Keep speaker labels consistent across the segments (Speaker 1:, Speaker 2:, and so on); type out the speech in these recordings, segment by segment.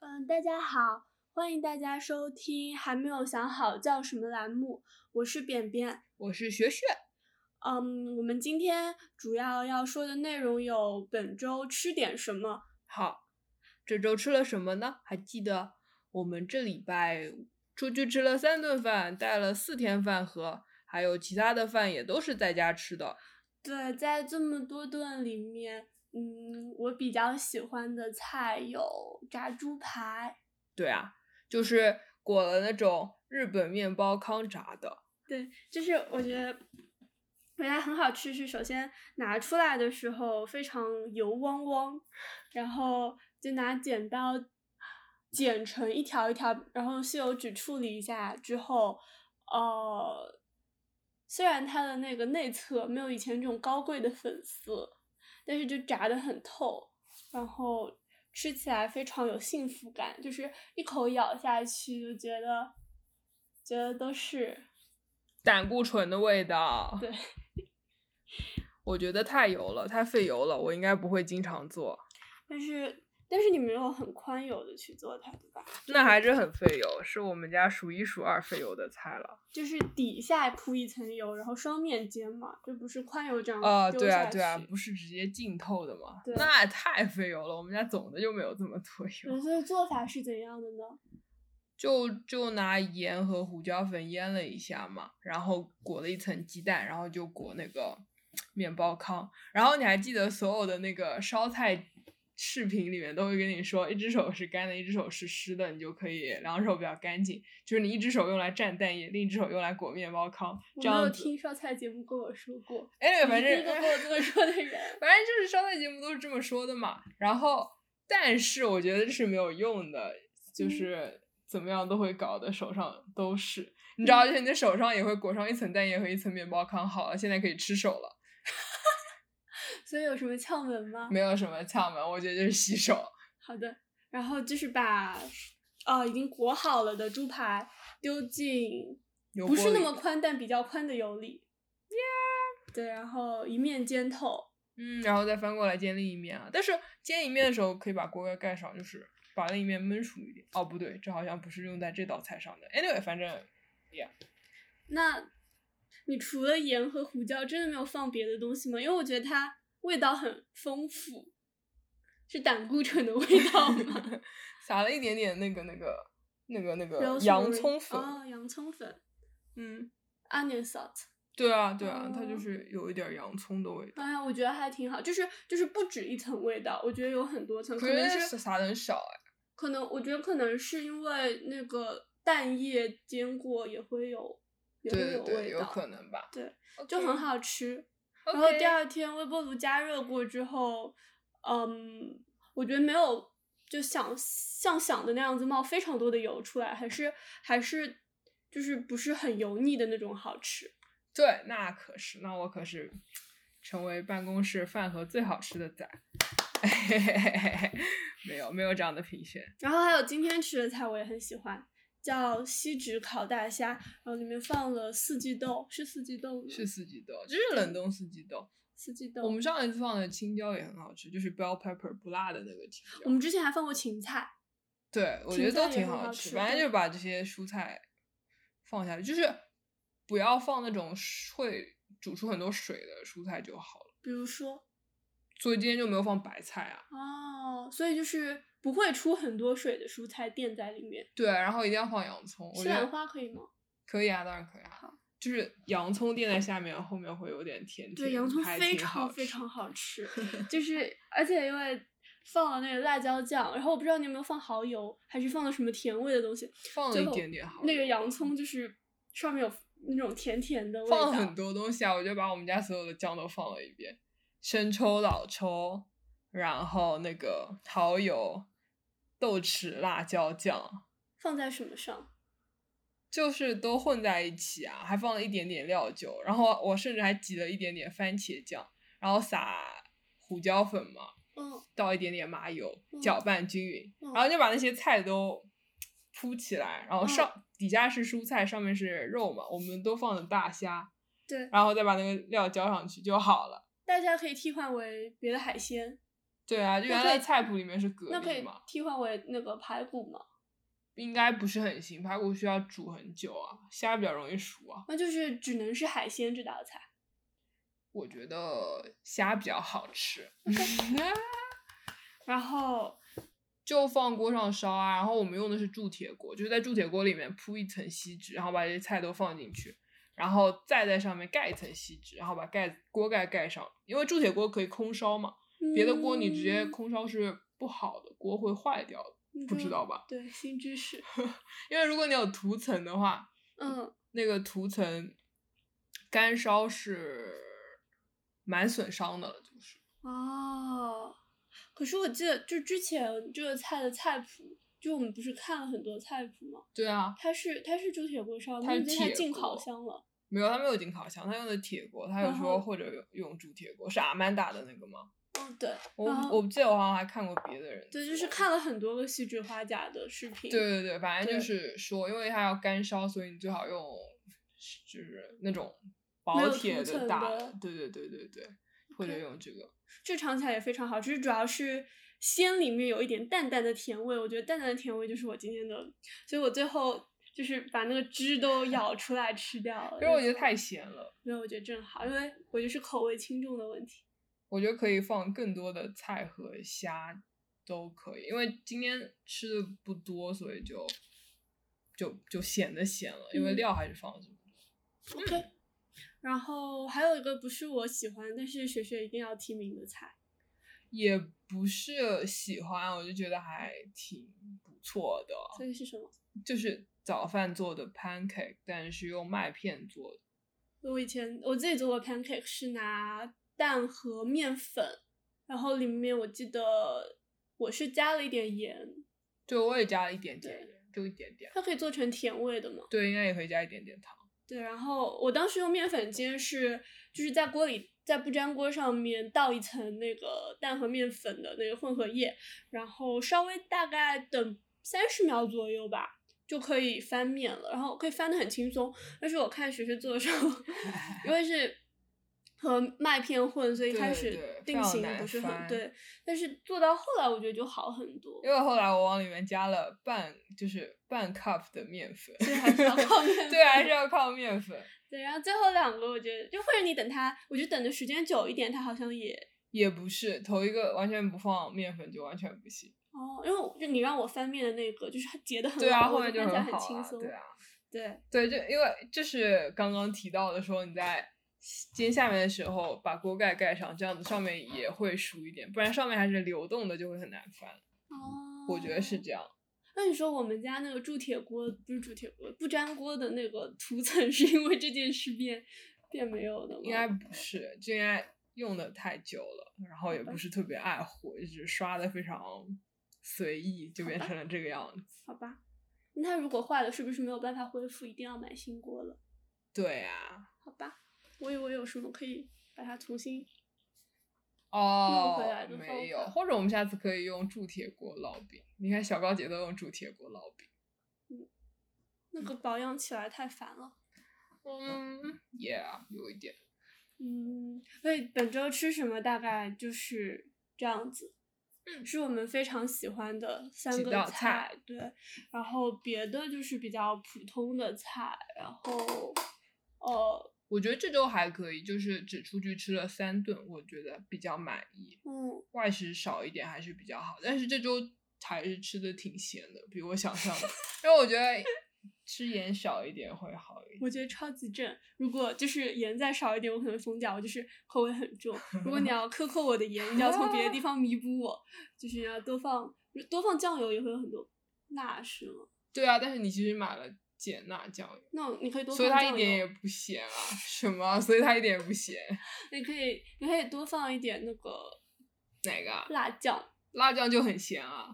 Speaker 1: 嗯，大家好，欢迎大家收听还没有想好叫什么栏目，我是扁扁。
Speaker 2: 我是学学，
Speaker 1: 嗯，我们今天主要要说的内容有本周吃点什么，
Speaker 2: 好，这周吃了什么呢？还记得我们这礼拜出去吃了三顿饭，带了四天饭盒，还有其他的饭也都是在家吃的。
Speaker 1: 对，在这么多顿里面，嗯，我比较喜欢的菜有炸猪排，
Speaker 2: 对啊，就是裹了那种日本面包糠炸的，
Speaker 1: 对，就是我觉得回来很好吃，是首先拿出来的时候非常油汪汪，然后就拿剪刀剪成一条一条，然后用吸油纸处理一下之后，呃，虽然它的那个内侧没有以前这种高贵的粉色，但是就炸得很透，然后吃起来非常有幸福感，就是一口咬下去就觉得觉得都是。
Speaker 2: 胆固醇的味道。
Speaker 1: 对，
Speaker 2: 我觉得太油了，太费油了，我应该不会经常做，
Speaker 1: 但是但是你没有很宽油的去做它，对吧？
Speaker 2: 那还是很费油，是我们家数一数二费油的菜了。
Speaker 1: 就是底下铺一层油，然后双面煎嘛，这不是宽油这样
Speaker 2: 啊、
Speaker 1: 丢
Speaker 2: 对
Speaker 1: 下
Speaker 2: 啊，
Speaker 1: 去。
Speaker 2: 对啊，不是直接浸透的嘛
Speaker 1: 对，
Speaker 2: 那也太费油了。我们家总的就没有这么多油。
Speaker 1: 嗯所以做法是怎样的呢？
Speaker 2: 就就拿盐和胡椒粉腌了一下嘛，然后裹了一层鸡蛋，然后就裹那个面包糠。然后你还记得所有的那个烧菜视频里面都会跟你说，一只手是干的，一只手是湿的，你就可以两手比较干净，就是你一只手用来蘸蛋液，另一只手用来裹面包糠，
Speaker 1: 我
Speaker 2: 这
Speaker 1: 没有
Speaker 2: 样子。
Speaker 1: 听烧菜节目跟我说过，
Speaker 2: 哎，
Speaker 1: 你
Speaker 2: 反
Speaker 1: 是
Speaker 2: 正
Speaker 1: 第一个跟我这么说的人。
Speaker 2: 反正就是烧菜节目都是这么说的嘛。然后，但是我觉得这是没有用的，就
Speaker 1: 嗯
Speaker 2: 是怎么样都会搞得手上都是，你
Speaker 1: 嗯
Speaker 2: 知道，就是你的手上也会裹上一层蛋液和一层面包糠。好了，现在可以吃手了，
Speaker 1: 所以有什么窍门吗？
Speaker 2: 没有什么窍门，我觉得就是洗手。
Speaker 1: 好的，然后就是把呃已经裹好了的猪排丢进
Speaker 2: 油
Speaker 1: 不是
Speaker 2: 锅
Speaker 1: 那
Speaker 2: 里
Speaker 1: 么宽但比较宽的油里。对，然后一面煎透。
Speaker 2: 嗯，然后再翻过来煎另一面啊。但是煎一面的时候可以把锅盖盖上，就是把另一面焖熟一点。哦，不对，这好像不是用在这道菜上的。Anyway，反正
Speaker 1: 那你除了盐和胡椒，真的没有放别的东西吗？因为我觉得它味道很丰富，是胆固醇的味道 吗？
Speaker 2: 撒了一点点那个那个那个那个
Speaker 1: Rosemary
Speaker 2: 洋葱粉。
Speaker 1: 哦，洋葱粉
Speaker 2: 嗯，
Speaker 1: ，onion salt。
Speaker 2: 对啊，对啊，它
Speaker 1: 哦
Speaker 2: 就是有一点儿洋葱的味道。
Speaker 1: 哎呀，我觉得还挺好，就是就是不止一层味道，我觉得有很多嗯层，可
Speaker 2: 觉
Speaker 1: 能
Speaker 2: 得
Speaker 1: 是
Speaker 2: 撒的很少哎。
Speaker 1: 可能我觉得可能是因为那个蛋液煎过也会有也会
Speaker 2: 对
Speaker 1: 有
Speaker 2: 对对，
Speaker 1: 味
Speaker 2: 有
Speaker 1: 道，
Speaker 2: 可能吧。
Speaker 1: 对
Speaker 2: OK，
Speaker 1: 就很好吃。
Speaker 2: OK。
Speaker 1: 然后第二天微波炉加热过之后，嗯，我觉得没有就想像想的那样子冒非常多的油出来，还是还是就是不是很油腻的那种好吃。
Speaker 2: 对，那可是那我可是成为办公室饭盒最好吃的仔。 没有没有这样的评选。
Speaker 1: 然后还有今天吃的菜我也很喜欢，叫锡纸烤大虾，然后里面放了四季豆，是四季豆吗？
Speaker 2: 是四季豆，就是
Speaker 1: 嗯
Speaker 2: 冷冻四季豆。
Speaker 1: 四季豆。
Speaker 2: 我们上一次放的青椒也很好吃，就是 bell pepper 不辣的那个青
Speaker 1: 我
Speaker 2: 椒。
Speaker 1: 们之前还放过芹菜，
Speaker 2: 对，我
Speaker 1: 芹
Speaker 2: 觉得
Speaker 1: 菜
Speaker 2: 都
Speaker 1: 也
Speaker 2: 挺
Speaker 1: 很好
Speaker 2: 好
Speaker 1: 吃
Speaker 2: 反正
Speaker 1: 对
Speaker 2: 就把这些蔬菜放下去，就是不要放那种会煮出很多水的蔬菜就好了。
Speaker 1: 比如说
Speaker 2: 所以今天就没有放白菜啊。
Speaker 1: 哦，所以就是不会出很多水的蔬菜垫在里面。
Speaker 2: 对，然后一定要放洋葱。我
Speaker 1: 西
Speaker 2: 觉
Speaker 1: 兰
Speaker 2: 得
Speaker 1: 花可以吗？
Speaker 2: 可以啊，当然可以啊。就是洋葱垫在下面，后面会有点甜甜。
Speaker 1: 对，洋葱
Speaker 2: 还
Speaker 1: 非
Speaker 2: 挺
Speaker 1: 常
Speaker 2: 好
Speaker 1: 非
Speaker 2: 吃
Speaker 1: 常 好吃，就是而且因为放了那个辣椒酱，然后我不知道你有没有放蚝油，还是放了什么甜味的东西，
Speaker 2: 放了
Speaker 1: 最
Speaker 2: 一
Speaker 1: 后
Speaker 2: 点点好。
Speaker 1: 那个洋葱就是上面有那种甜甜的味道，
Speaker 2: 放了很多东西啊，我就把我们家所有的酱都放了一遍，生抽、老抽，然后那个蚝油、豆豉、辣椒酱，
Speaker 1: 放在什么上？
Speaker 2: 就是都混在一起啊，还放了一点点料酒，然后我甚至还挤了一点点番茄酱，然后撒胡椒粉嘛，
Speaker 1: 嗯，
Speaker 2: 倒一点点麻油
Speaker 1: 嗯，
Speaker 2: 搅拌均匀，
Speaker 1: 嗯
Speaker 2: 然后就把那些菜都铺起来，然后上、
Speaker 1: 嗯
Speaker 2: 底下是蔬菜，上面是肉嘛，我们都放的大虾，
Speaker 1: 对，
Speaker 2: 然后再把那个料浇上去就好了。
Speaker 1: 大家可以替换为别的海鲜，
Speaker 2: 对啊，就
Speaker 1: 那
Speaker 2: 原
Speaker 1: 可
Speaker 2: 来
Speaker 1: 以
Speaker 2: 菜谱里面是蛤
Speaker 1: 那可
Speaker 2: 蜊
Speaker 1: 以
Speaker 2: 嘛，
Speaker 1: 替换为那个排骨吗？
Speaker 2: 应该不是很行，排骨需要煮很久啊，虾比较容易熟啊，
Speaker 1: 那就是只能是海鲜这道菜。
Speaker 2: 我觉得虾比较好吃，
Speaker 1: 然后
Speaker 2: 就放锅上烧啊，然后我们用的是铸铁锅，就是在铸铁锅里面铺一层锡纸，然后把这些菜都放进去。然后再在上面盖一层锡纸，然后把盖子锅盖盖上，因为铸铁锅可以空烧嘛，别的锅你直接
Speaker 1: 嗯
Speaker 2: 空烧是不好的，锅会坏掉的。
Speaker 1: 你
Speaker 2: 不知
Speaker 1: 说
Speaker 2: 道吧
Speaker 1: 对，新知识。
Speaker 2: 因为如果你有涂层的话，
Speaker 1: 嗯，
Speaker 2: 那个涂层干烧是蛮损伤的了，就是
Speaker 1: 哦，可是我记得，就之前这个菜的菜谱，就我们不是看了很多菜谱吗？
Speaker 2: 对啊，
Speaker 1: 它是它是铸铁锅烧，那
Speaker 2: 它是
Speaker 1: 已经它
Speaker 2: 铁
Speaker 1: 进烤
Speaker 2: 锅
Speaker 1: 箱了。
Speaker 2: 没有他没有进烤箱，他用的铁锅，他有
Speaker 1: 然
Speaker 2: 时
Speaker 1: 后
Speaker 2: 候或者用铸铁锅，是阿曼达的那个吗？
Speaker 1: 嗯，对，
Speaker 2: 我
Speaker 1: 然后
Speaker 2: 我记得我好像还看过别的人
Speaker 1: 对，就是
Speaker 2: 做
Speaker 1: 看了很多个锡纸花甲的视频。
Speaker 2: 对，对对，反正就
Speaker 1: 对
Speaker 2: 是说，因为它要干烧，所以你最好用就是那种薄
Speaker 1: 有
Speaker 2: 铁
Speaker 1: 涂层
Speaker 2: 大
Speaker 1: 的
Speaker 2: 的，对对对对对，或者
Speaker 1: OK
Speaker 2: 用这个。
Speaker 1: 这尝起来也非常好，只是主要是鲜里面有一点淡淡的甜味，我觉得淡淡的甜味就是我今天的，所以我最后就是把那个汁都舀出来吃掉了。
Speaker 2: 可是我觉得太咸了，
Speaker 1: 没有，我觉得正好，因为我觉得是口味轻重的问题。
Speaker 2: 我觉得可以放更多的菜和虾都可以，因为今天吃的不多，所以就就就显得咸了，因为
Speaker 1: 嗯
Speaker 2: 料还是放了这么多。
Speaker 1: OK，然后还有一个不是我喜欢，但是雪雪一定要提名的菜，
Speaker 2: 也不是喜欢，我就觉得还挺不错的。
Speaker 1: 这个是什么？
Speaker 2: 就是早饭做的 pancake，但是用麦片做的。
Speaker 1: 我以前我自己做过 pancake，是拿蛋和面粉，然后里面我记得我是加了一点盐，
Speaker 2: 对，我也加了一点点
Speaker 1: 对
Speaker 2: 盐，就一点点。
Speaker 1: 它可以做成甜味的嘛。
Speaker 2: 对，应该也可以加一点点糖。
Speaker 1: 对，然后我当时用面粉煎是，就是在锅里，在不粘锅上面倒一层那个蛋和面粉的那个混合液，然后稍微大概等三十秒左右吧，就可以翻面了，然后可以翻的很轻松。但是我看学学做的时候，因为 是和麦片混，所以一开
Speaker 2: 对
Speaker 1: 始
Speaker 2: 对非
Speaker 1: 定
Speaker 2: 常
Speaker 1: 型
Speaker 2: 难
Speaker 1: 不是很
Speaker 2: 翻
Speaker 1: 对，但是做到后来我觉得就好很多
Speaker 2: 因，为后来我往里面加了半，就是半 cup 的面粉。
Speaker 1: 所以还是要靠面粉。
Speaker 2: 对，还是要靠面粉。
Speaker 1: 对，然后最后两个我觉得，就或者你等它，我觉得等的时间久一点，它好像也
Speaker 2: 也不是头一个完全不放面粉就完全不行。
Speaker 1: 哦，因为我就你让我翻面的那个，就是它结的很
Speaker 2: 对啊，
Speaker 1: 牢
Speaker 2: 后
Speaker 1: 我
Speaker 2: 面
Speaker 1: 就
Speaker 2: 就
Speaker 1: 看起来
Speaker 2: 好
Speaker 1: 很轻
Speaker 2: 啊。
Speaker 1: 松。
Speaker 2: 对啊，
Speaker 1: 对哦
Speaker 2: 对，就因为就是刚刚提到的说你在煎下面的时候把锅盖盖上，这样子上面也会熟一点，不然上面还是流动的就会很难翻。
Speaker 1: 哦
Speaker 2: 嗯我觉得是。这样。
Speaker 1: 那你说我们家那个铸铁锅不是铸铁锅，不粘锅的那个涂层，是因为这件事变变没有的吗？
Speaker 2: 应该不是，就应该用的太久了，然后也
Speaker 1: 吧
Speaker 2: 不是特别爱护，就是刷的非常随意，就变成了这个样子。
Speaker 1: 好吧。那它如果坏了，是不是没有办法恢复？一定要买新锅了？
Speaker 2: 对啊，
Speaker 1: 好吧，我以为有什么可以把它重新。
Speaker 2: 哦
Speaker 1: 回来，的方
Speaker 2: 没有，
Speaker 1: 法
Speaker 2: 或者我们下次可以用铸铁锅烙饼。你看小高姐都用铸铁锅烙饼，
Speaker 1: 那个保养起来太烦了。
Speaker 2: 嗯，也、yeah, 有一点。
Speaker 1: 嗯，所以本周吃什么大概就是这样子，是我们非常喜欢的三
Speaker 2: 嗯几
Speaker 1: 个
Speaker 2: 道
Speaker 1: 菜，对。然后别的就是比较普通的菜，然后呃，
Speaker 2: 我觉得这周还可以，就是只出去吃了三顿，我觉得比较满意。
Speaker 1: 嗯，
Speaker 2: 外食少一点还是比较好，但是这周还是吃的挺咸的，比我想象的。因为我觉得吃盐少一点会好一点。
Speaker 1: 我觉得超级正。如果就是盐再少一点，我可能疯掉，我就是口味很 重。如果你要克扣我的盐，你就要从别的地方弥补我，就是要多放多放酱油，也会有很多钠是吗？
Speaker 2: 对啊，但是你其实买了碱钠酱油，
Speaker 1: 那你可以多
Speaker 2: 所
Speaker 1: 放
Speaker 2: 以
Speaker 1: 酱油。
Speaker 2: 它一点也不咸啊。什么？所以它一点也不咸。
Speaker 1: 你可以你可以多放一点那个
Speaker 2: 哪个啊？
Speaker 1: 辣酱，
Speaker 2: 辣酱就很咸啊，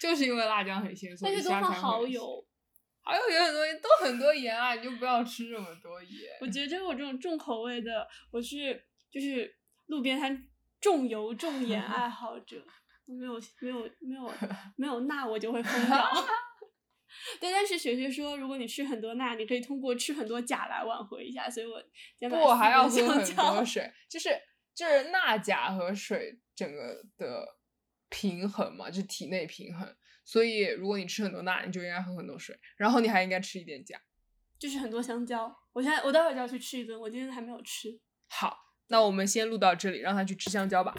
Speaker 2: 就是因为辣酱很咸，所
Speaker 1: 但
Speaker 2: 以
Speaker 1: 是多
Speaker 2: 虾
Speaker 1: 放
Speaker 2: 才会
Speaker 1: 蚝
Speaker 2: 很咸。
Speaker 1: 油。
Speaker 2: 蚝油也很多，都很多盐啊，你就不要吃这么多盐。
Speaker 1: 我觉得就是我这种重口味的，我是就是路边摊重油重 盐爱好者，没有没有没有没有钠我就会疯 掉。对，但是雪雪说，如果你吃很多钠，你可以通过吃很多钾来挽回一下，所以我先
Speaker 2: 不，
Speaker 1: 把
Speaker 2: 我还要
Speaker 1: 四根
Speaker 2: 喝 很
Speaker 1: 香蕉
Speaker 2: 多水，就是就是钠钾和水整个的平衡嘛，就是体内平衡。所以如果你吃很多钠，你就应该喝很多水，然后你还应该吃一点钾。
Speaker 1: 就是很多香蕉。我现在我待会儿就要去吃一顿，我今天还没有吃。
Speaker 2: 好，那我们先录到这里，让他去吃香蕉吧。